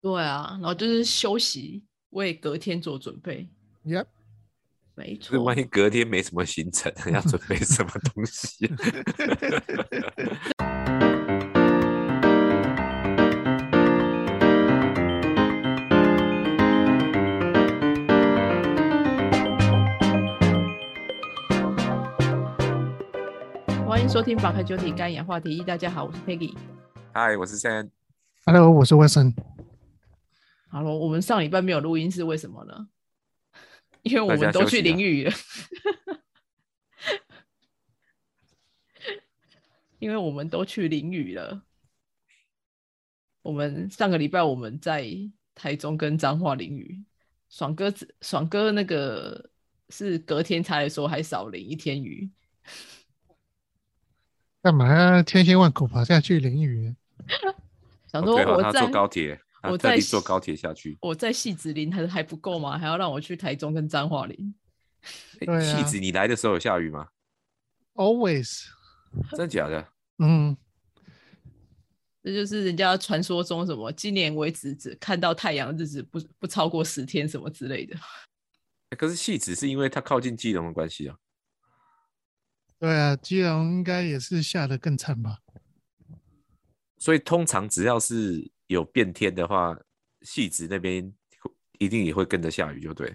对啊，然后就是休息，为隔天做准备。 Yep，没就是错万，一隔天没什么行程， 要准备什么东 西？欢迎收听《法克九体干氧话题》。大家好，我是 Peggy。嗨，我是 Sam。 Hello，我是 Wilson。好了，我们上礼拜没有录音是为什么呢？因为我大们家都休去息啊淋雨了。 因为我们都去淋雨了。我们上个礼拜我们在台中跟彰化淋雨，爽哥只爽哥那个是隔天才来说还少淋一天雨，干嘛要千辛万苦跑下去淋雨？想哦说对哦我他在、坐高铁，他我特在地坐高铁下去。我在戏子淋还还不够吗？还要让我去台中跟彰化淋？诶对啊戏子，你来的时候有下雨吗？ Always，真的假的？嗯，这就是人家传说中什么今年为止只看到太阳的日子不不超过十天什么之类的。诶可是戏子是因为它靠近基隆的关系啊。对啊，基隆应该也是下得更惨吧？所以通常只要是有变天的话，戏子那边会一定也会跟着下雨，就对。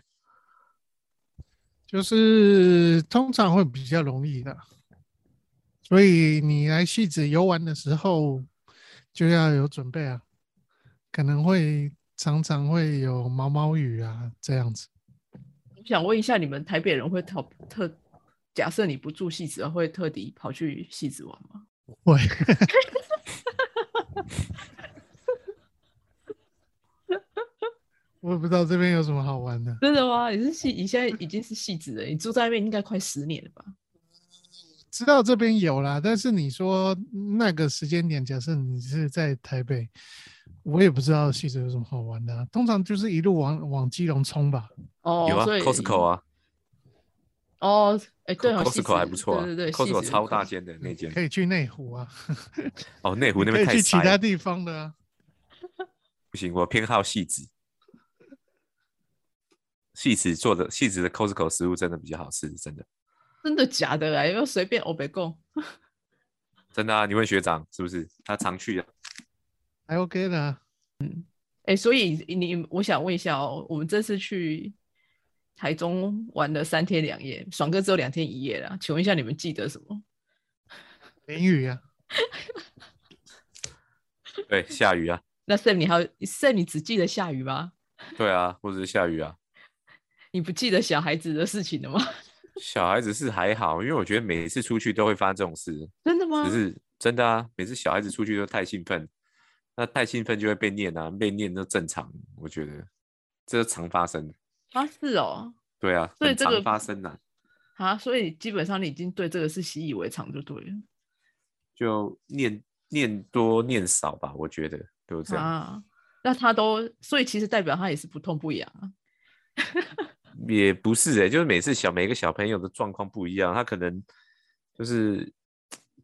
就是通常会比较容易的，所以你来戏子游玩的时候就要有准备啊，可能会常常会有毛毛雨啊这样子。我想问一下，你们台北人会特特假设你不住戏子，会特地跑去戏子玩吗？会，我也不知道这边有什么好玩的。真的吗？你是戏，你现在已经是戏子人，你住在那边应该快十年了吧？知道这边有啦，但是你说那个时间点，假设你是在台北，我也不知道西子有什么好玩的啊、通常就是一路往往基隆冲吧。哦，有啊所以，Costco 啊哦，哎、对哦戏子，Costco 还不错啊对对对戏，Costco 子嗯超大间的那间可。以去内湖啊，哦，内 湖那可边以太去其塞他了，地方的啊。不行，我偏好戏子。戏子做的戏子的 Costco 食物真的比较好吃，真的真的假的啊？要不要随便欧北贡？真的啊！你问学长是不是？他常去啊。还 OK 的啊、哎、所以你我想问一下哦，我们这次去台中玩了三天两夜，爽哥只有两天一夜啦。请问一下，你们记得什么？淋雨啊，对，下雨啊，那 Sam 你还有 Sam 你只记得下雨吗？对啊，或者是下雨啊。你不记得小孩子的事情了吗？ 小孩子是还好，因为我觉得每一次出去都会发生这种事，真的吗只？是真的啊，每次小孩子出去都太兴奋，那太兴奋就会被念啊，被念都正常，我觉得这是常发生的。啊，是哦，对啊，所以很这个常发生啊，啊，所以基本上你已经对这个是习以为常就对了就念念多念少吧，我觉得都这样。啊。那他都，所以其实代表他也是不痛不痒啊。也不是哎、就是每次小每个小朋友的状况不一样，他可能就是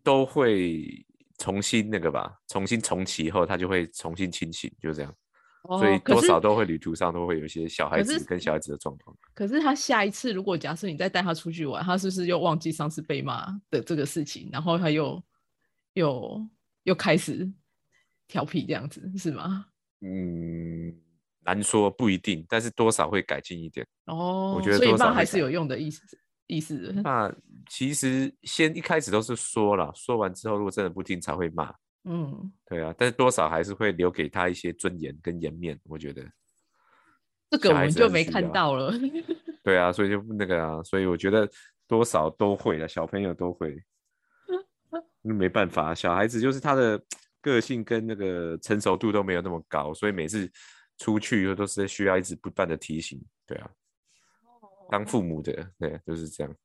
都会重新那个吧，重新重启后，他就会重新清醒，就这样。哦所以可多是少都会旅途上都会有一些小孩可是子跟小孩子的状况。可是他下一次，如果假设你再带他出去玩，他是不是又忘记上次被骂的这个事情，然后他又又又开始调皮这样子，是吗？嗯，难说不一定，但是多少会改进一点。哦，觉得所以多少嗯骂还会是改有用的意思意思的。那其实先一开始都是说了，说完之后如果真的不听才会骂，嗯，对啊，但是多少还是会留给他一些尊严跟颜面，我觉得。这个小我孩们子就很没需看要到了。 对啊，所以就不那个啊，所以我觉得多少都会的，小朋友都 会，那没办法，啊小孩子就是他的个性跟那个成熟度都没有那么高，所以每次出去都是需要一直不断的提醒，对啊，哦当父母的，对，就是这样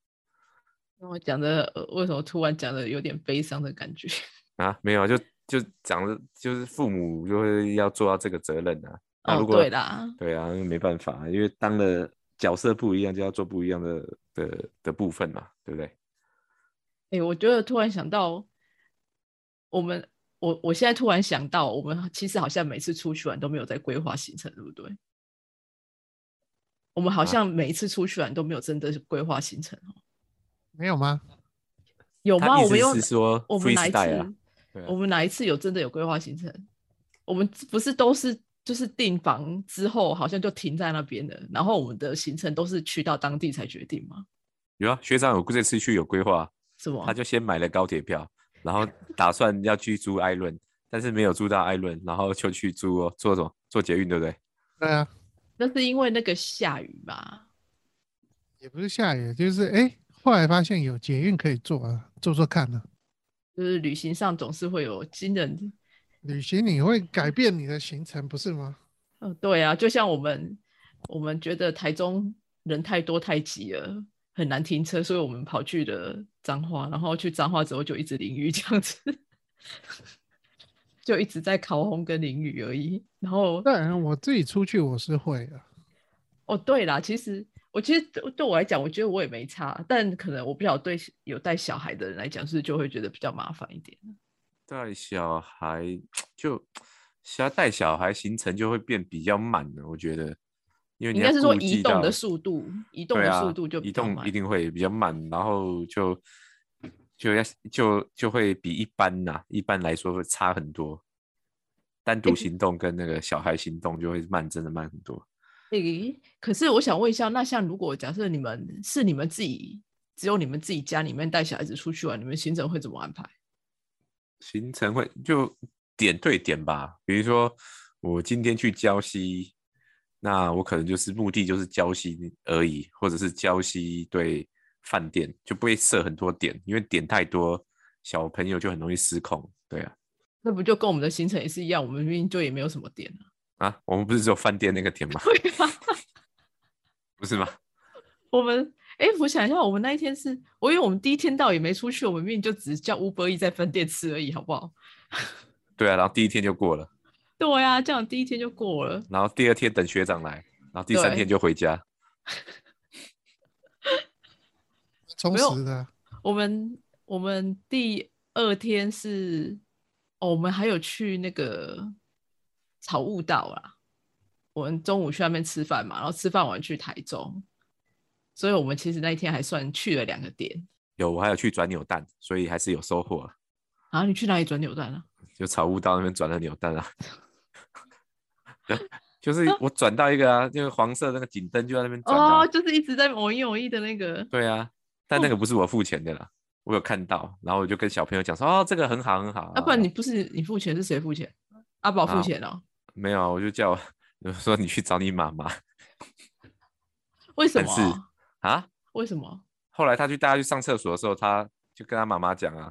我讲的呃为什么突然讲的有点悲伤的感觉？啊，没有啊就就讲的，就是父母就会要做到这个责任啊，那哦如，果、对啦，对啊，因为没办法，因为当了角色不一样，就要做不一样的的的部分嘛，对不对？哎、我觉得突然想到，我们我我现在突然想到，我们其实好像每次出去玩都没有在规划行程，对不对？我们好啊像每一次出去玩都没有真的规划行程哦，没有吗？有吗？他意我们思用是说我们哪一 freestyle 啊次？对啊我们哪一次有真的有规划行程？我们不是都是就是订房之后好像就停在那边的，然后我们的行程都是去到当地才决定吗？有啊，学长有这次去有规划，啊什么？他就先买了高铁票，然后打算要去租艾伦，但是没有租到艾伦，然后就去租哦，做什么？做捷运对不对？对啊，那是因为那个下雨吧？也不是下雨，就是哎、诶后来发现有捷运可以坐啊，坐坐看呢、就是旅行上总是会有惊人，旅行你会改变你的行程，不是吗？呃，对啊，就像我们我们觉得台中人太多太挤了，很难停车，所以我们跑去了彰化，然后去彰化之后就一直淋雨这样子， 就一直在烤烘跟淋雨而已。然后当然，我自己出去我是会啊的。哦，对啦，其实我其实对对我来讲，我觉得我也没差，但可能我不晓得对有带小孩的人来讲，是不是就会觉得比较麻烦一点。带小孩就小带小孩行程就会变比较满了，我觉得，因为你应要该是说顾移及动的到速度移动对的啊速度就比移较动慢一定会比较慢，然后就就要就就会比一般呐、一般来说会差很多。单独不行动跟那个小孩行动就会慢，真的慢很多。诶，可是我想问一下，那像如果假设你们是你们自己，只有你们自己家里面带小孩子出去玩，你们行程会怎么安排？行程会就点对点吧，比如说我今天去礁溪，那我可能就是目的就是礁溪而已，或者是礁溪对饭店就不会设很多点，因为点太多，小朋友就很容易失控。对啊，那不就跟我们的行程也是一样，我们明明就也没有什么点啊。啊，我们不是只有饭店那个点吗？对啊，不是吗？我们哎，我想一下，我们那一天是，我以为我们第一天到也没出去，我们明明就只是叫 Uber E 在饭店吃而已，好不好？对啊，然后第一天就过了，对呀、这样第一天就过了。然后第二天等学长来，然后第三对天就回家。充没有实的啊，我们我们第二天是，哦，我们还有去那个草悟道啦。我们中午去那边吃饭嘛，然后吃饭完去台中，所以我们其实那一天还算去了两个点。有，我还有去转扭蛋，所以还是有收获啊，然后你去哪里转扭蛋啊了、就草悟道那边转了扭蛋啊。 就是我转到一个啊，那个黄色那个警灯就在那边转啊。哦，就是一直在偶一偶一的那个。对啊，但那个不是我付钱的啦，我有看到，然后我就跟小朋友讲说，哦，这个很好很好。啊，不然你不是你付钱是谁付钱？阿宝付啊钱哦？没有啊，我就叫我 我说你去找你妈妈为什但么是啊？啊。为什么？后来他去带他去上厕所的时候，他就跟他妈妈讲啊，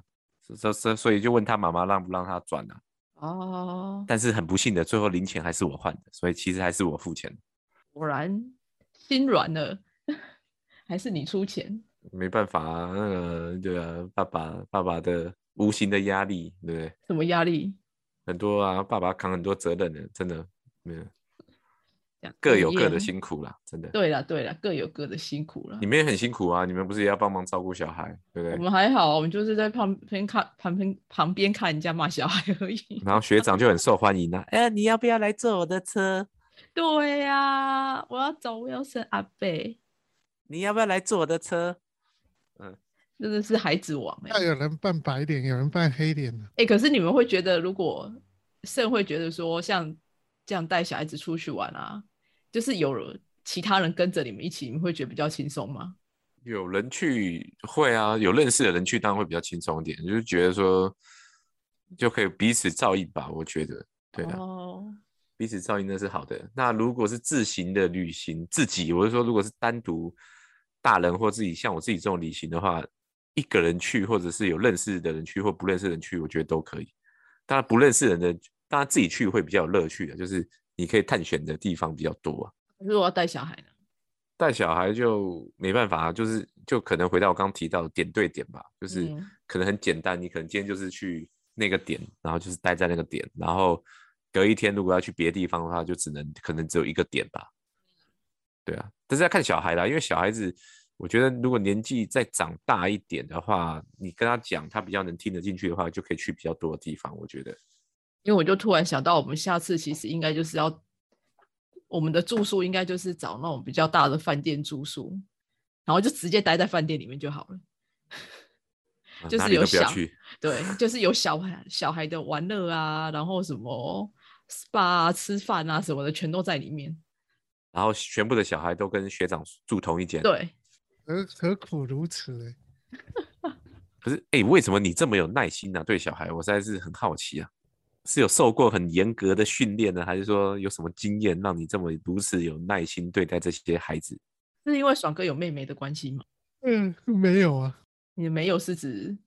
所所所以就问他妈妈让不让他转啊。哦，但是很不幸的，最后零钱还是我换的，所以其实还是我付钱，果然心软了， 还是你出钱？没办法啊，那个对啊，爸爸爸爸的无形的压力，对不对？什么压力？很多啊，爸爸扛很多责任的，真的，嗯，讲各物有各业的辛苦啦，真的。对啦，对啦，各有各的辛苦啦你。们也很辛苦啊，你们不是也要帮忙照顾小孩，对不我对？们还好，我们就是在旁边看旁边旁边看人家骂小孩而已。然后学长就很受欢迎啊，哎、你要不要来坐我的车？ 对呀、我要找我要生阿贝，你要不要来坐我的车？真的是孩子王哎、那欸有人扮白脸，有人扮黑脸的、欸可是你们会觉得，如果盛会觉得说像这样带小孩子出去玩啊，就是有了其他人跟着你们一起，你们会觉得比较轻松吗？有人去会啊，有认识的人去，当然会比较轻松一点，就是觉得说就可以彼此照应吧。我觉得，对啊，哦，彼此照应那是好的。那如果是自行的旅行，自己我是说，如果是单独大人或自己像我自己这种旅行的话，一个人去，或者是有认识的人去，或不认识的人去，我觉得都可以。当然，不认识人的，当然自己去会比较有乐趣的，啊就是你可以探险的地方比较多啊。可是我要带小孩呢？带小孩就没办法啊，就是就可能回到我刚刚提到的点对点吧，就是嗯可能很简单，你可能今天就是去那个点，然后就是待在那个点，然后隔一天如果要去别的地方的话，就只能可能只有一个点吧。对啊，但是要看小孩啦，因为小孩子，我觉得如果年纪再长大一点的话，你跟他讲，他比较能听得进去的话，就可以去比较多的地方。我觉得因为我就突然想到，我们下次其实应该就是要，我们的住宿应该就是找那种比较大的饭店住宿，然后就直接待在饭店里面就好了。啊就是哪里有都不要想去，对，就是有小孩小孩的玩乐啊，然后什么 SPA 啊、吃饭啊什么的，全都在里面。然后全部的小孩都跟学长住同一间。，对，何何苦如此、欸？可是哎、为什么你这么有耐心呢、啊对小孩，我实在是很好奇啊，是有受过很严格的训练呢，还是说有什么经验让你这么如此有耐心对待这些孩子？是因为爽哥有妹妹的关系吗？嗯， 没有啊。你的没有是指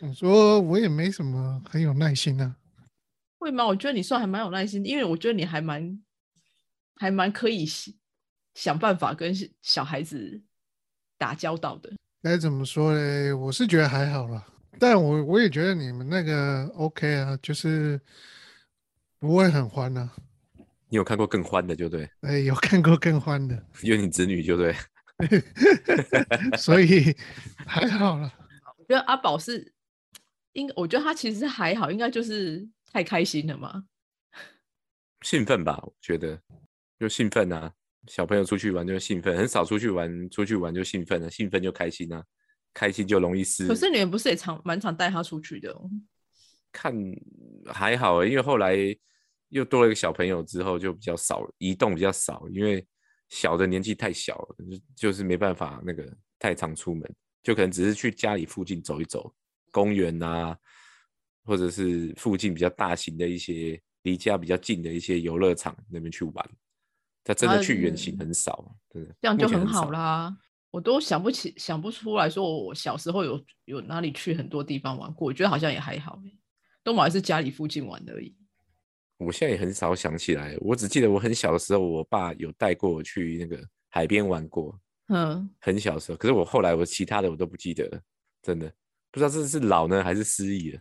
我说我也没什么很有耐心啊，会吗？我觉得你算还蛮有耐心的，因为我觉得你还蛮还蛮可以想想办法跟小小孩子打交道的。该怎么说嘞？我是觉得还好啦，但我我也觉得你们那个 OK 啊，就是不会很欢啊。你有看过更欢的，就对，哎，有看过更欢的， 有你子女就对， 所以还好啦。我觉得阿宝是应，我觉得他其实还好，应该就是太开心了嘛。兴奋吧？我觉得就兴奋啊，小朋友出去玩就兴奋，很少出去玩，出去玩就兴奋了、兴奋就开心啊，开心就容易失。可是你们不是也常蛮常带他出去的、哦？看还好欸，因为后来又多了一个小朋友之后，就比较少了移动比较少，因为小的年纪太小了，就就是没办法那个太常出门，就可能只是去家里附近走一走，公园啊，或者是附近比较大型的一些离家比较近的一些游乐场那边去玩。他真的啊去远行嗯很少，真的这样目就前很少好啦。我都想不起、想不出来，说我小时候有有哪里去很多地方玩过，我觉得好像也还好欸、都嘛还是家里附近玩的而已。我现在也很少想起来，我只记得我很小的时候，我爸有带过我去那个海边玩过，嗯，很小的时候，可是我后来我其他的我都不记得了，真的不知道这是老呢还是失忆了，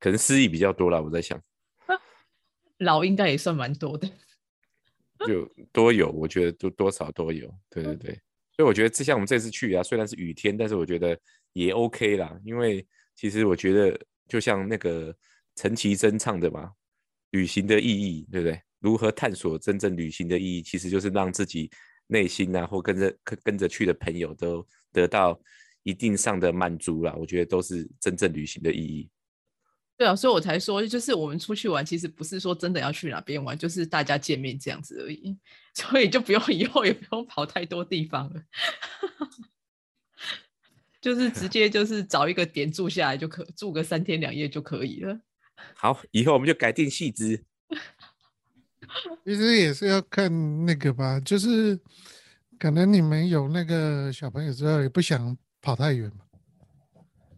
可能失忆比较多啦。我在想，老应该也算蛮多的。就多有，我觉得多多少都有，对对对，所以我觉得这像我们这次去啊，虽然是雨天，但是我觉得也 OK 啦，因为其实我觉得就像那个陈绮贞唱的嘛，旅行的意义，对不对？如何探索真正旅行的意义，其实就是让自己内心啊，或跟着跟跟着去的朋友都得到一定上的满足啦。我觉得都是真正旅行的意义。对啊，所以我才说，就是我们出去玩，其实不是说真的要去哪边玩，就是大家见面这样子而已。 所以就不用以后也不用跑太多地方了，就是直接就是找一个点住下来就可住个三天两夜就可以了。好，以后我们就改定细致。其实也是要看那个吧，就是可能你们有那个小朋友之后，也不想跑太远嘛，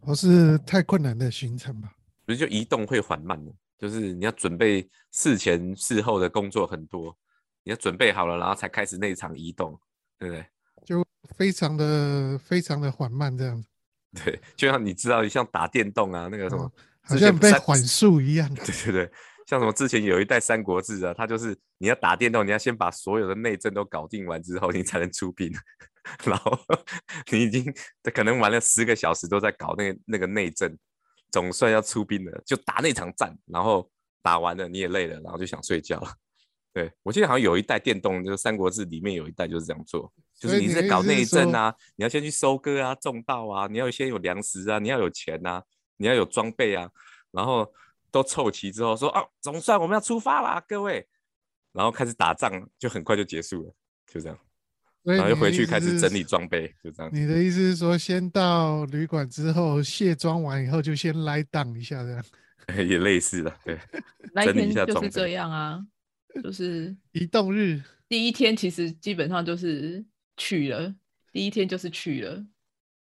或是太困难的行程吧。不是就移动会缓慢的，就是你要准备事前事后的工作很多，你要准备好了，然后才开始那一场移动，对不对？ 就非常的非常的缓慢这样子，对，就像你知道，像打电动啊，那个什么，好之前像被三缓速一样。对对对，像什么之前有一代《三国志》啊，它就是你要打电动，你要先把所有的内政都搞定完之后，你才能出兵。然后你已经可能玩了十个小时都在搞那个那个内政，总算要出兵了，就打那场战，然后打完了你也累了，然后就想睡觉了。对我记得好像有一代电动，就是《三国志》里面有一代就是这样做，就所是以你你在的意搞思是内政说啊，你要先去收割啊、种稻啊，你要先有粮食啊，你要有钱啊，你要有装备啊，然后都凑齐之后说啊，总算我们要出发啦，各位，然后开始打仗，就很快就结束了，就这样，所以然后又你的回意去思开始是整理。装备，就这样。你的意思是说，先到旅馆之后卸妆完以后，就先来档一下，这样 也类似的，对，那一整理一天下就装是备这样啊，就是移动日第一天其实基本上就是去了，第一天就是去了，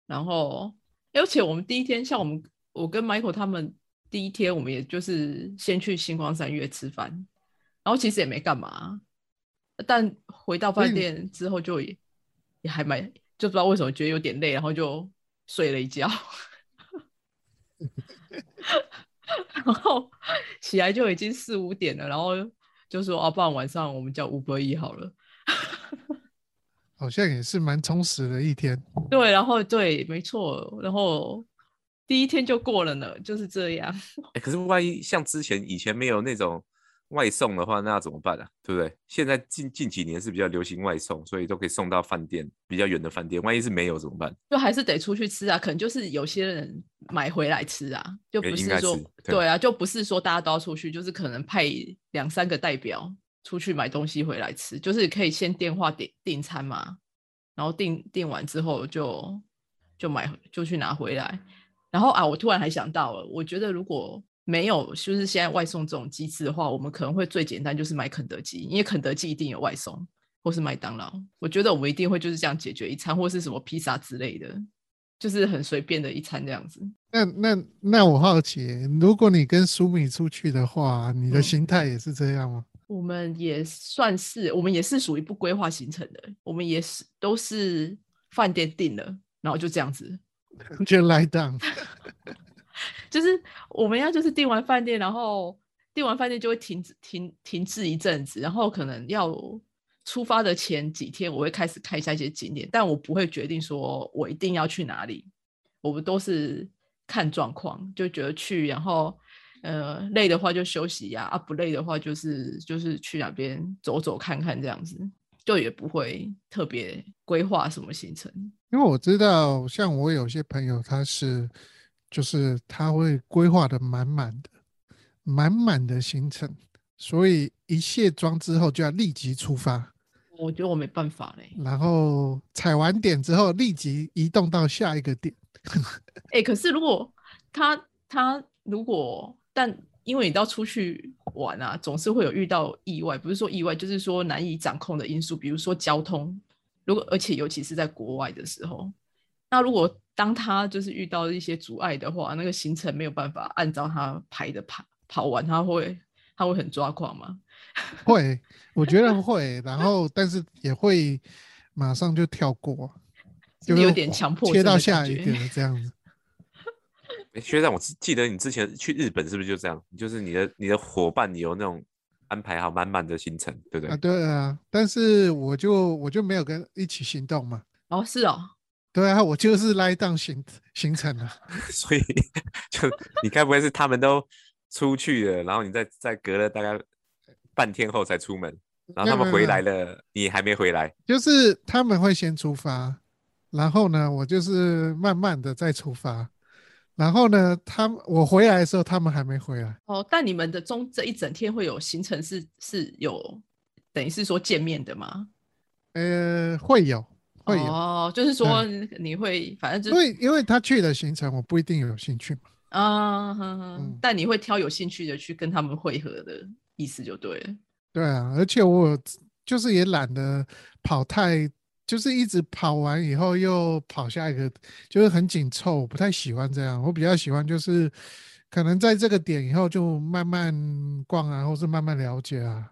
然后而且我们第一天像我们我跟 Michael 他们第一天我们也就是先去星光三月吃饭，然后其实也没干嘛，但回到所以饭你店之后就也也还蛮就不知道为什么觉得有点累，然后就睡了一觉。 然后起来就已经四五哦点了，然后就说啊，不然晚上我们叫 Uber E 好了。好像也是蛮充实的一天。对，然后对，没错，然后第一天就过了呢，就是这样。哎，可是万一像之前以前没有那种外送的话，那要怎么办啊？对不对？现在近近几年是比较流行外送，所以都可以送到饭店比较远的饭店。万一是没有怎么办？就还是得出去吃啊，可能就是有些人买回来吃啊，就也不应是该说是对对啊，就不是说大家都要出去，就是可能派两三个代表出去买东西回来吃，就是可以先电话订订餐嘛，然后订订完之后就就买回就去拿回来。然后啊，我突然还想到了，我觉得如果没有就是现在外送这种机制的话，我们可能会最简单就是买肯德基，因为肯德基一定有外送。或是麦当劳，我觉得我们一定会就是这样解决一餐，或是什么披萨之类的，就是很随便的一餐这样子。那那那我好奇，如果你跟苏米出去的话，你的嗯心态也是这样吗？ 我们也算是，我们也是属于不规划行程的，我们也是都是饭店订了，然后就这样子，就 lie down，就是我们要就是订完饭店，然后订完饭店就会停止停停滞一阵子，然后可能要出发的前几天，我会开始看一下一些景点，但我不会决定说我一定要去哪里，我们都是看状况，就觉得去，然后呃累的话就休息呀、啊，不累的话就是就是去哪边走走看看这样子，就也不会特别规划什么行程。因为我知道，像我有些朋友他是，就是他会规划的满满的，满满的行程，所以一卸妆之后就要立即出发，我觉得我没办法嘞，然后踩完点之后立即移动到下一个点。哎、可是如果他他如果但因为你到出去玩啊，总是会有遇到意外，不是说意外，就是说难以掌控的因素，比如说交通。如果而且尤其是在国外的时候，那如果当他就是遇到一些阻碍的话，那个行程没有办法按照他排的跑跑完，他会他会很抓狂吗？会，我觉得会，然后但是也会马上就跳过，是是有点强迫切症到的下感一觉个这样 子。诶学长，我记记得你之前去日本是不是就这样？就是你的你的伙伴有那种安排好满满的行程，对不对？啊，对啊，但是我就我就没有跟一起行动嘛。哦，是哦，对啊，我就是拉档行行程啊。 所以就你该不会是他们都出去了，然后你再再隔了大概半天后才出门，然后他没有们没有回没来嗯有了，你还没回来？就是他们会先出发，然后呢，我就是慢慢的再出发，然后呢，他们我回来的时候，他们还没回来。哦，但你们的中这一整天会有行程是是有等于是说见面的吗？呃，会有会啊嗯有，哦，就是说你会，反正因就是为因为他去的行程我不一定有兴趣嘛。啊，哼哼嗯但你会挑有兴趣的去跟他们会合的意思就对了。对啊，而且我有就是也懒得跑太，就是一直跑完以后又跑下一个，就是很紧凑，我不太喜欢这样。我比较喜欢就是可能在这个点以后就慢慢逛啊，或是慢慢了解啊，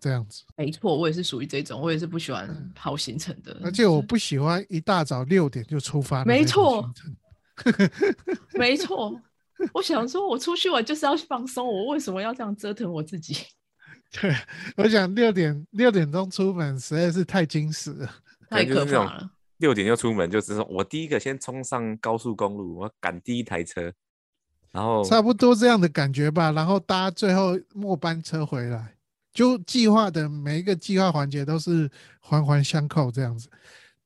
这样子。没错，我也是属于这种，我也是不喜欢跑行程的。嗯而且我 不喜欢一大早六点就出发的没那种错行 程，没错，我想说，我出去玩就是要放松，我为什么要这样折腾我自 己？对，我想六点六点钟出门实在是太惊死了。太能就是可那种怕了。六点就出门，就是说我第一个先冲上高速公路，我要赶第一台车，然后 差不多这样的感觉吧。然后搭最后末班车回来，就计划的每一个计划环节都是环环相扣这样子。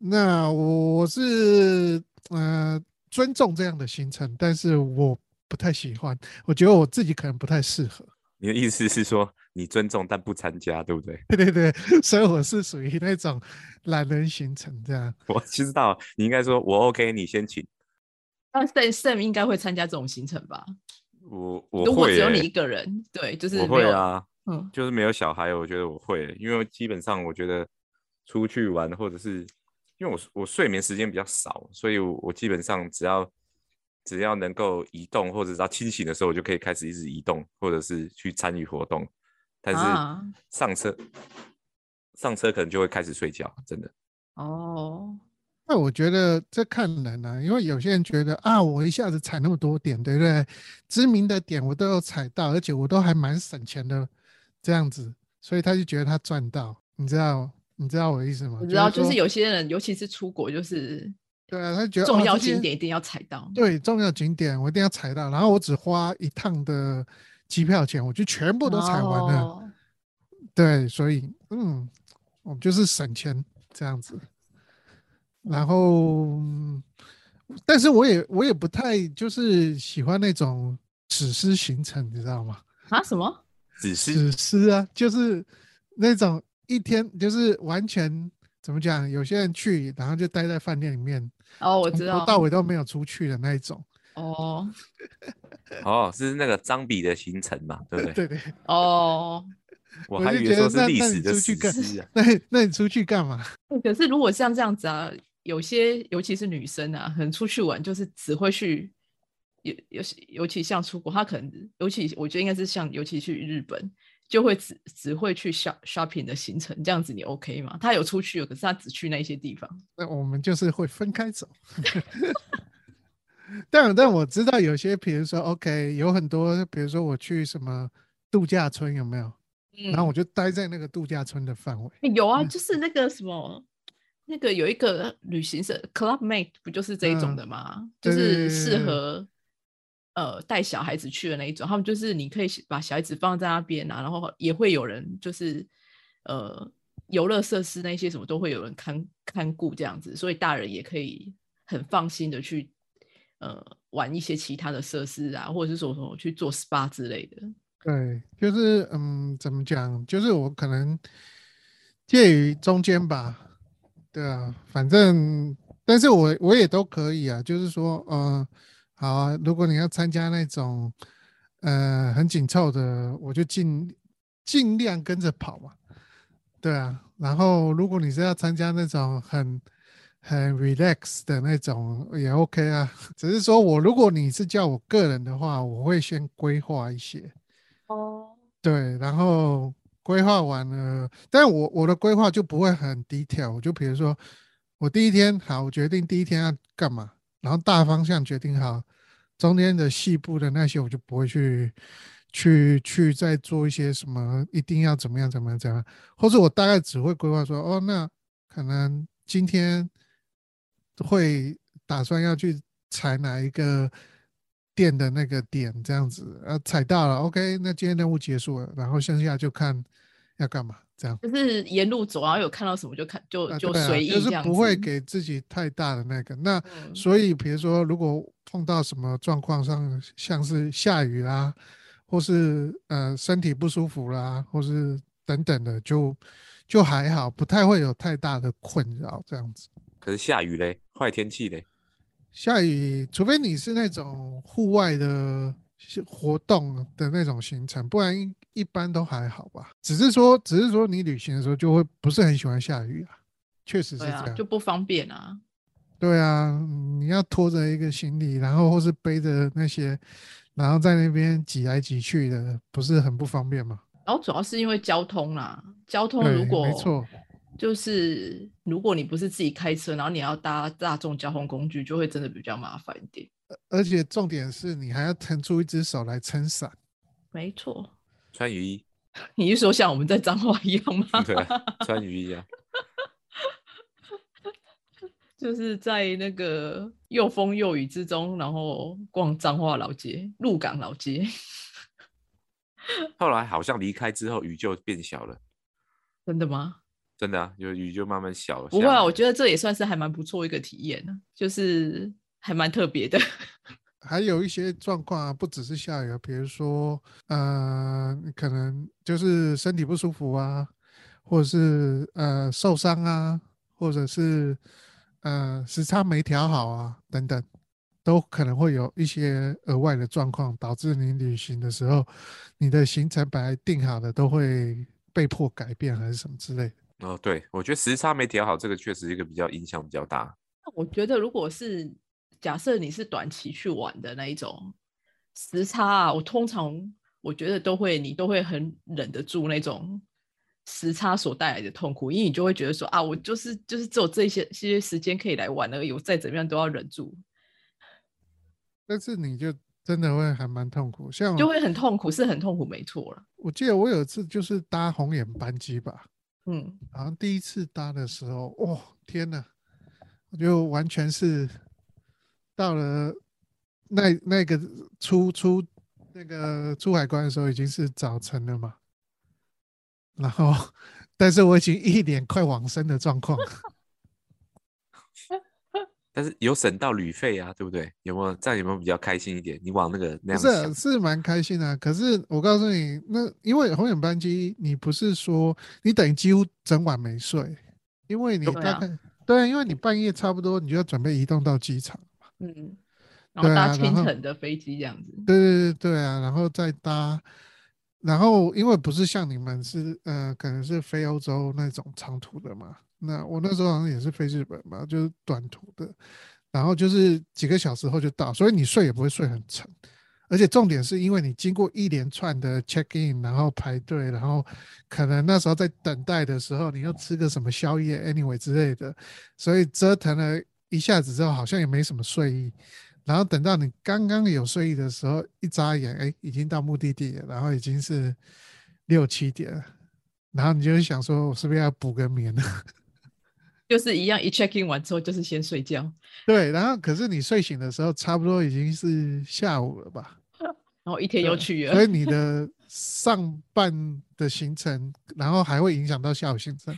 那我我是呃尊重这样的行程，但是我不太喜欢，我觉得我自己可能不太适合。 你的意思是说你尊重但不参加，对不 对？对对对，所以我是属于那种懒人行程这样。我知道你应该说我 OK，你先请那 Sam Sam 应该会参加这种行程吧？我，我如果会、只有欸，你一个人，对，就是我没会有，啊，嗯，就是没有小孩，我觉得我会，因为基本上我觉得出去玩或者是因为我我睡眠时间比较少，所以我我基本上只要只要能够移动或者只要清醒的时候，我就可以开始一直移动，或者是去参与活动。但啊是上车、上车可能就会开始睡觉，真的。哦，那我觉得这看人啊，因为有些人觉得啊，我一下子踩那么多点，对不对？知名的点我都有踩到，而且我都还蛮省钱的，这样子，所以他就觉得他赚到，你知道？你知道我的意思吗？我知道，就就是说有些人，尤其是出国，就是对啊，他觉得重哦要这些景点一定要踩到。对，重要景点我一定要踩到，然后我只花一趟的机票钱，我就全部都踩完了。哦对，所以嗯，我们就是省钱这样子。然后，嗯但是我也我也不太就是喜欢那种史诗行程，你知道吗？啊？什么？只是史诗啊，就是那种一天就是完全怎么讲？有些人去，然后就待在饭店里面，哦，我从知头道。到尾都没有出去的那一种。哦哦，是那个张笔的行程嘛，对不对？对对， 哦，我我还就以为觉说得是那历那史你的出史去干诗啊，那那你出去干嘛？可是如果像这样子啊，有些尤其是女生啊，可能出去玩就是只会去，尤尤其尤其像出国，她可能尤其我觉得应该是像尤其去日本，就会只只会去 shop shopping 的行程，这样子你 OK 吗？她有出去了，哦可是她只去那一些地方。那我们就是会分开走。 但但我知道有些，比如说 OK，有很多，比如说我去什么度假村有没有？嗯然后我就待在那个度假村的范围。有啊，就是那个什么，那个有一个旅行社 Club Mate 不就是这一种嗯的吗？就对对是对对适对合呃带小孩子去的那一种。他们就是你可以把小孩子放在那边啊，然后也会有人就是呃游乐设施那些什么都会有人看看顾这样子，所以大人也可以很放心的去呃玩一些其他的设施啊，或者是说什么去做 SPA 之类的。对，就是嗯，怎么讲？就是我可能介于中间吧。对啊，反正，但是我我也都可以啊。就是说，呃，好啊，如果你要参加那种呃很紧凑的，我就尽尽量跟着跑嘛。对啊，然后如果你是要参加那种很很 relax 的那种也 OK 啊，只是说我如果你是叫我个人的话，我会先规划一些，哦，对，然后规划完了，但我我的规划就不会很 detail，就比如说我第一天好，我决定第一天要干嘛，然后大方向决定好，中间的细部的那些我就不会去去去再做一些什么，一定要怎么样怎么样怎么样，或者我大概只会规划说，哦，那可能今天会打算要去踩哪一个店的那个点，这样子，呃，踩到了，OK，那今天任务结束了，然后剩下就看要干嘛，这样。就是沿路走，然后有看到什么就看就啊就对啊随意就这是样不会子给自己太大的那个。那嗯所以，比如说，如果碰到什么状况上，像是下雨啦，或是呃身体不舒服啦，或是等等的，就就还好，不太会有太大的困扰这样子。可是下雨嘞，坏天气嘞，下雨，除非你是那种户外的是活动的那种行程，不然一一般都还好吧。只是说，只是说你旅行的时候就会不是很喜欢下雨啊，确实是对这样。啊，就不方便啊。对啊，嗯你要拖着一个行李，然后或是背着那些，然后在那边挤来挤去的，不是很不方便吗？然后主要是因为交通啦，交通对，如果没错，就是如果你不是自己开车，然后你要搭大众交通工具，就会真的比较麻烦一点。而且重点是你还要腾出一只手来撑伞。没错，穿雨衣， 你是说像我们在彰化一样吗？对啊，穿雨衣啊， 就是在那个又风又雨之中，然后逛彰化老街、鹿港老街，后来好像离开之后雨就变小了，真的吗？真的啊，就雨就慢慢小了。不会下啊，来我觉得这也算是还蛮不错一个体验呢，就是还蛮特别的。还有一些状况啊，不只是下雨啊，比如说，呃，你可能就是身体不舒服啊，或者是呃受伤啊，或者是呃时差没调好啊，等等，都可能会有一些额外的状况，导致你旅行的时候，你的行程本来定好的都会被迫改变，还是什么之类的。哦，对，我觉得时差没调好，这个确实一个比较影响比较大。我觉得如果是假设你是短期去玩的那一种时差啊，我通常我觉得都会你都会很忍得住那种时差所带来的痛苦，因为你就会觉得说啊，我就是就是只有这些这些时间可以来玩而已，我再怎么样都要忍住，但是你就真的会还蛮痛苦，像就会很痛苦，是很痛苦，没错了。我记得我有一次就是搭红眼班机吧，嗯，然后第一次搭的时候，哦，天呐，我就完全是到了那那个出出那个出海关的时候，已经是早晨了嘛。然后，但是我已经一脸快往生的状况，但是有省到旅费啊，对不对？有没有这样有没有比较开心一点？你往那个那不样是啊想，是蛮开心的啊、可是我告诉你，那因为红眼班机，你不是说你等于几乎整晚没睡，因为你对大啊概对，因为你半夜差不多你就要准备移动到机场。嗯，然后对啊搭然清后晨的飞机这样子，对对对对啊，然后再搭，然后因为不是像你们是呃，可能是飞欧洲那种长途的嘛，那我那时候好像也是飞日本嘛，就是短途的，然后就是几个小时后就到，所以你睡也不会睡很沉，而且重点是因为你经过一连串的 check in，然后排队，然后可能那时候在等待的时候，你又吃个什么宵夜，anyway 之类的，所以折腾了一下子之后，好像也没什么睡意。然后等到你刚刚有睡意的时候，一眨眼，哎，已经到目的地了，然后已经是六七点了，然后你就会想说，我是不是要补个眠呢？ 就是一样，一 check in 完之后就是先睡觉，然对，然后可是你睡醒的时候，差不多已经是下午了吧？后一天又去所了，以你的上半的行程，然后还会影响到下午行程，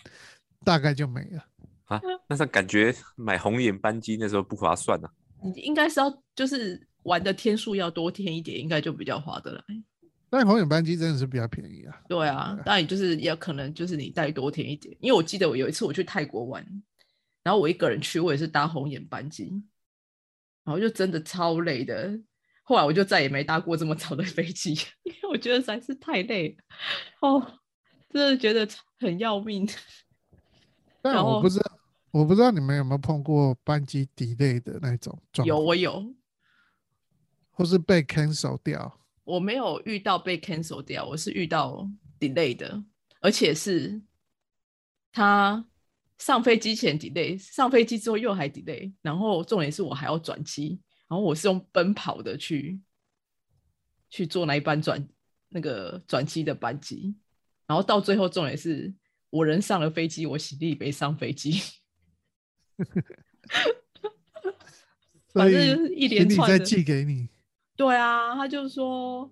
大概就没了。啊，那时候感觉买红眼班机那时候不划算啊。你应该是要就是玩的天数要多天一点，应该就比较划得来。但红眼班机真的是比较便宜啊。对啊，当然就是要可能就是你带多天一点，因为我记得我有一次我去泰国玩，然后我一个人去，我也是搭红眼班机，然后就真的超累的。后来我就再也没搭过这么早的飞机， 因为我觉得实在是太累了哦，真的觉得很要 命。但然我后不知道，我不知道你们有没有碰过班机 delay 的那种状有况，我有，或是被 cancel 掉。我没有遇到被 cancel 掉，我是遇到 delay 的，而且是他上飞机前 delay，上飞机之后又还 delay，然后重点是我还要转机，然后我是用奔跑的去去坐那一班转那个转机的班机，然后到最后重点是我人上了飞机，我行李没上飞机，所反以正就是一连行李串再的寄给你，对啊，他就说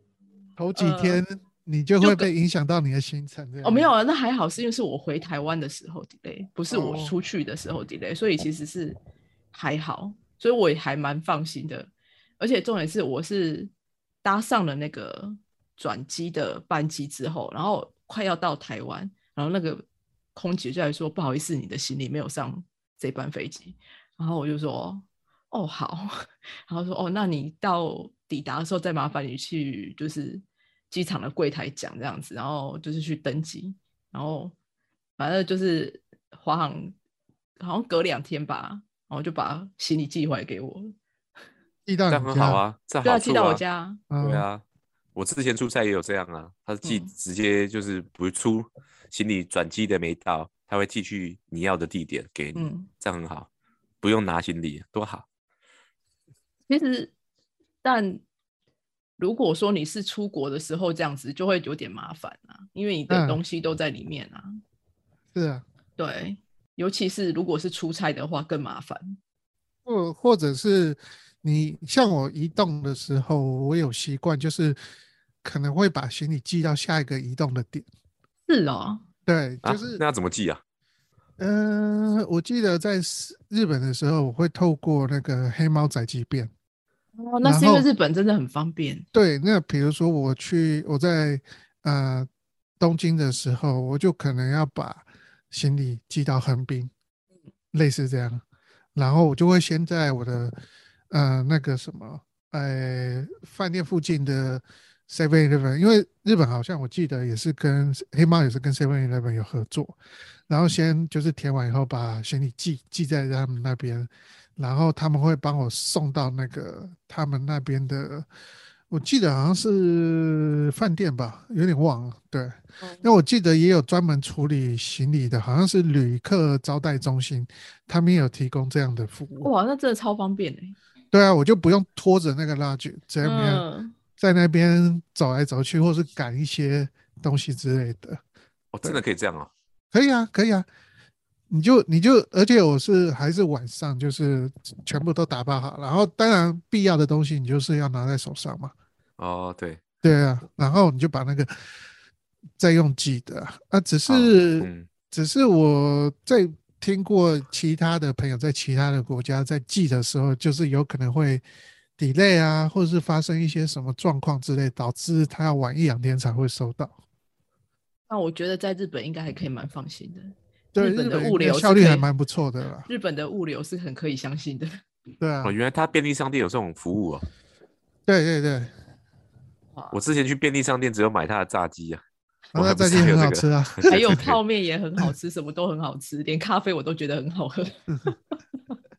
头几呃天你就就会跟被影响到你的行程这哦，没有样啊，那还好，是因为是我回台湾的时候 delay，不是我哦出去的时候 delay，、所以其实是还好，所以我也还蛮放心的。而且重点是，我是搭上了那个转机的班机之后，然后快要到台湾，然后那个空姐就来说：“不好意思，你的行李没有上这班飞机。”然后我就说：“哦，好。”然后说：“哦，那你到抵达的时候再麻烦你去就是机场的柜台讲这样子，然后就是去登机。”然后反正就是华航好像隔两天吧，然后就把行李寄回来给我，寄这到样你很家好，啊，这对啊，好寄处到我啊。家。对嗯，啊，我之前出差也有这样啊，他寄嗯直接就是不出行李转机的没到，他会寄去你要的地点给你，嗯，这样很好，不用拿行李，多好。其实，但如果说你是出国的时候这样子，就会有点麻烦啊，因为你的嗯东西都在里面啊。是啊，对，尤其是如果是出差的话，更麻烦。或或者是你像我移动的时候，我有习惯就是可能会把行李寄到下一个移动的点。是哦，对，啊就是那要怎么寄啊？嗯，我记得在是日本的时候，我会透过那个黑猫宅急便。哦，那然是因为后日本真的很方便。对，那比如说我去我在呃东京的时候，我就可能要把行李寄到横滨，类似这样，然后我就会先在我的呃那个什么呃饭店附近的 Seven Eleven，因为日本好像我记得也是跟黑猫也是跟 Seven Eleven 有合作，然后先就是填完以后把行李寄寄在他们那边，然后他们会帮我送到那个他们那边的，我记得好像是饭店吧，有点忘了。对，那我记得也有专门处理行李的，好像是旅客招待中心，他们也有提供这样的服务。哇，那真的超方便哎、对啊，我就不用拖着那个拉锯在那边、嗯，在那边走来走去，或是赶一些东西之类的。哦，真的可以这样哦。可以啊，可以啊，你就你就，而且我是还是晚上，就是全部都打包好，然后当然必要的东西你就是要拿在手上嘛，哦，对，对啊，然后你就把那个再用记的啊，啊只是、好嗯，只是我在听过其他的朋友在其他的国家在寄的时候，就是有可能会 delay 啊，或者是发生一些什么状况之类，导致他要晚一两天才会收到。那我觉得在日本应该还可以蛮放心的，对，日本的应物该流效是率可还以蛮不错的啦。日本的物流是很可以相信的。对啊哦，，原来他便利商店有这种服务哦。对对对，哇我之前去便利商店只有买他的炸鸡啊，然我后还不再是见还有很好这吃个，啊。 还有 对对泡面也很好吃，什么都很好吃，连咖啡我都觉得很好 喝。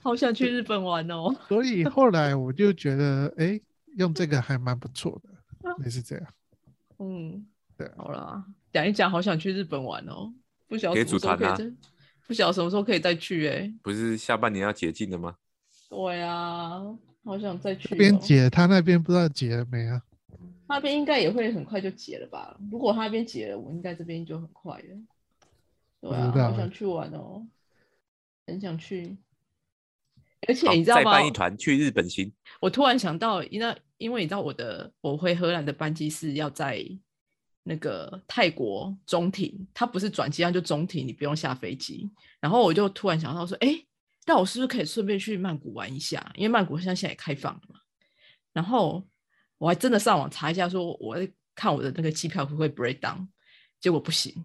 好想去日本玩哦！所以后来我就觉得，哎，用这个还蛮不错的，也是这哦样。 嗯，对啊好啦，讲一讲，好想去日本玩哦，不晓可得以什么组时候可团以啊再，不晓得什么时候可以再去哎、不是下半年要解禁了吗？对啊，好想再去、这哦。边解他那边不知道解了没啊？那边应该也会很快就解了吧？如果他那边解了，我应该这边就很快了。对啊，不知道好欸想去玩哦，很想去。而且好你知道哦再吗办？一团去日本行，我突然想到，因为因为你知道我的我回荷兰的班机是要在那个泰国中庭，它不是转机，它就中庭，你不用下飞机。然后我就突然想到说，哎，那我是不是可以顺便去曼谷玩一下？因为曼谷现在现在也开放了嘛。然后我还真的上网查一下，说我在看我的那个机票会不会 break down，结果不行。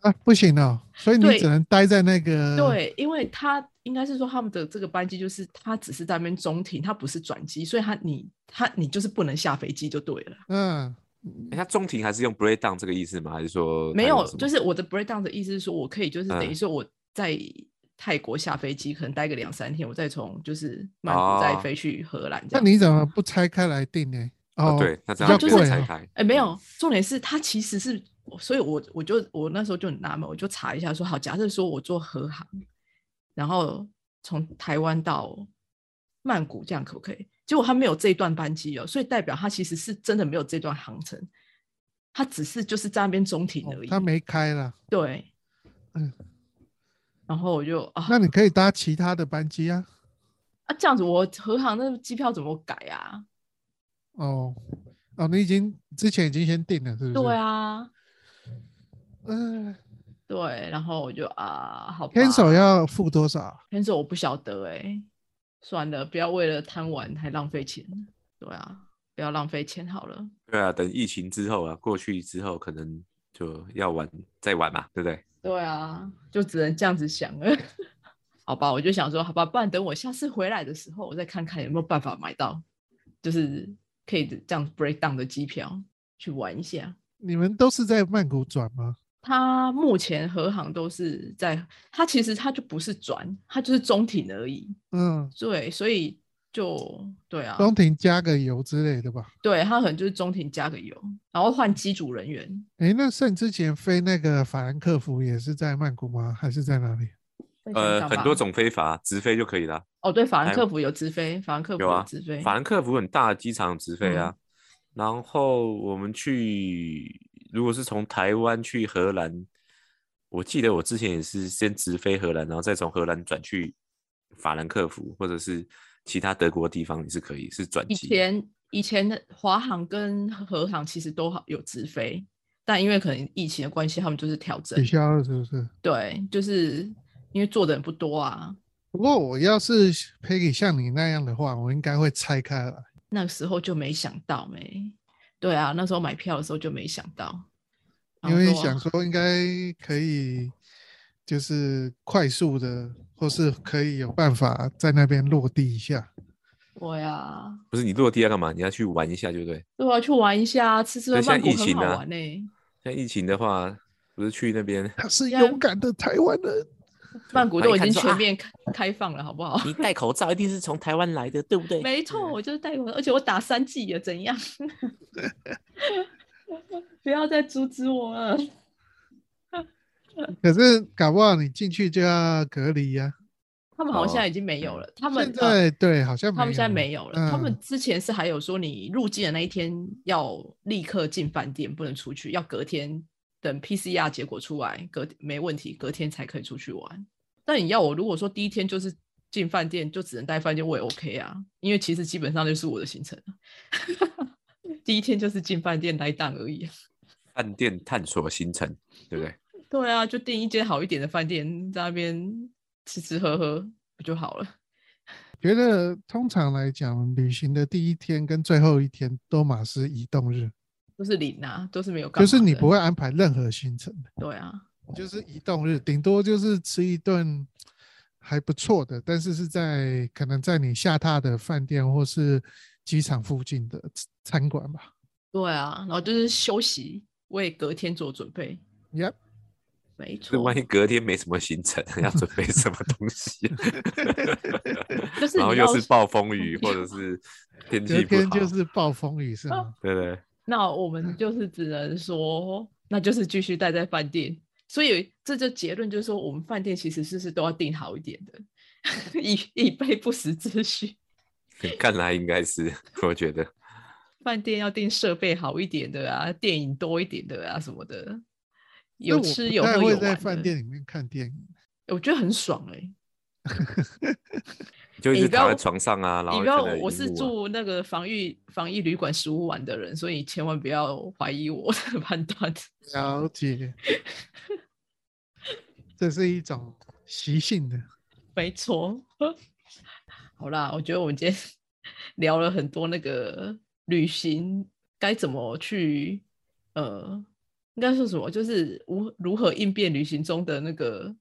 啊，不行哦，所以你对只能待在那个。对，因为他应该是说他们的这个班机就是他只是在那边中停，他不是转机，所以他你他你就是不能下飞机就对了。嗯，诶哎他中庭还是用 breakdown 这个意思吗？还是说没它有，什么就是我的 breakdown 的意思是说我可以就是等于嗯说我在泰国下飞机，可能待个两三天，我再从就是曼谷再哦飞去荷兰这那样。啊你怎么不拆开来定呢？哦，哦对，那这比样较变成贵拆哦开，哎，没有，重点是它其实是，所以我我就我那时候就很纳闷，我就查一下说，好，假设说我坐和航，然后从台湾到曼谷这样可不可以？结果它没有这一段班机哦，所以代表它其实是真的没有这段航程，它只是就是在那边中停哦而已。他没开了，对，嗯，然后我就啊，那你可以搭其他的班机啊。啊这样子我和航那个机票怎么改啊？哦，哦，你已经之前已经先定了，是不是？对，啊，嗯、对，然后我就啊，好吧，天手要付多少？牵手我不晓得哎、算了，不要为了贪玩还浪费钱。对啊，不要浪费钱好了。对啊，等疫情之后啊，过去之后可能就要玩再玩嘛，对不对？对啊，就只能这样子想了。 好吧，我就想说，好吧，不然等我下次回来的时候，我再看看有没有办法买到，就是可以这样 break down 的机票去玩一下。你们都是在曼谷转吗？它目前和航都是在，它其实它就不是转，它就是中停而已。嗯，对，所以就对啊，中庭加个油之类的吧。对，它可能就是中庭加个油，然后换机组人员。诶，那盛之前飞那个法兰克福也是在曼谷吗？还是在哪里？在香呃，港很吧多种飞法，直飞就可以了。哦，对，法兰台克湾福有直飞，法兰克福有啊直飞，法兰克福很大的机场有直飞啊，嗯然后我们去，如果是从台湾去荷兰，我记得我之前也是先直飞荷兰，然后再从荷兰转去法兰克福，或者是其他德国地方也是可以，是转以机。前以前的华航跟和航其实都好有直飞，但因为可能疫情的关系，他们就是调整取，消了是不是？对，就是因为做的人不多啊。不过我要是 Peggy 像你那样的话，我应该会拆开来。那时候就没想到没，对啊，那时候买票的时候就没想到，然因后为说想说应该可以，就是快速的，或是可以有办法在那边落地一下。对啊，不是你落地要干嘛？你要去玩一下，对不对？对啊，去玩一下，吃吃喝对喝曼现谷在很疫情好啊玩呢、 像疫情的话，不是去那边他是对啊勇敢的台湾人，曼谷然都后已一看经说全啊面开开放了，好不好？ 你戴口罩一定是从台湾来的，对不对？没错，我就是带过，而且我打三剂了，怎样？ 不要再阻止我了。可是搞不好你进去就要隔离呀、他们好像哦现在已经没有了，他们现呃在对，好像他们现在没有有了。他们嗯之前是还有说，你入境的那一天要立刻进饭店，不能出去，要隔天等 PCR 结果出来，隔没问题，隔天才可以出去玩。那你要我如果说第一天就是进饭店，就只能待饭店，我也 OK 啊，因为其实基本上就是我的行程啊， 第一天就是进饭店来档而已啊。饭店探索行程，对不对？对啊，就订一间好一点的饭店，在那边吃吃喝喝不就好了？觉得通常来讲，旅行的第一天跟最后一天都马是移动日，都是零啊，都是没有干就嘛的。是你不会安排任何行程的，对啊，哦就是移动日，顶多就是吃一顿还不错的，但是是在可能在你下榻的饭店或是机场附近的餐馆吧。对啊，然后就是休息，为隔天做准备。 Yep，没就是错 万，一隔天没什么 行程，要准备什么东西？就是然后你又要是暴风雨，或者是天隔气不天好，就是暴风雨是哦吗？对对，那我们就是只能说，那就是继续待在饭店。所以这就结论就是说，我们饭店其实是是都要订好一点的， 以以备不时之需。看来应该是， 我觉得饭店要订设备好一点的啊，电影多一点的啊什么的，因有为我吃不有太喝会有在玩饭的店里面看电影，我觉得很爽哎、就一你直不要躺在床上啊，然你后不要，看着我荧是幕啊住那个防疫防疫旅馆十五晚的人，所以千万不要怀疑我的 判断。了 解，这是一种习性的。没错。 好啦，我觉得我们今天 聊了很多那个旅行该怎么去，呃，应该说什么，就是如如何应变旅行中的那个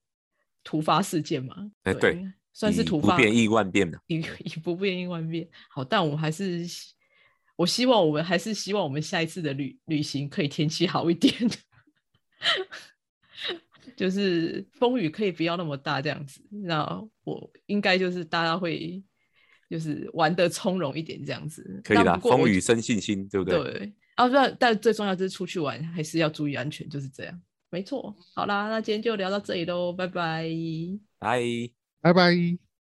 突发事件嘛。哎对应该算是以突不发变应万变啊的，以以不变应万变。好，但我们还是希我希望我们还是希望我们下一次的旅旅行可以天气好一点，就是风雨可以不要那么大这样子。那我应该就是大家会就是玩的从容一点这样子。可以那啦，不过我风雨生信心，对不对？对啊，不，但最重要就是出去玩还是要注意安全，就是这样。没错，好啦，那今天就聊到这里喽，拜拜。拜。拜拜。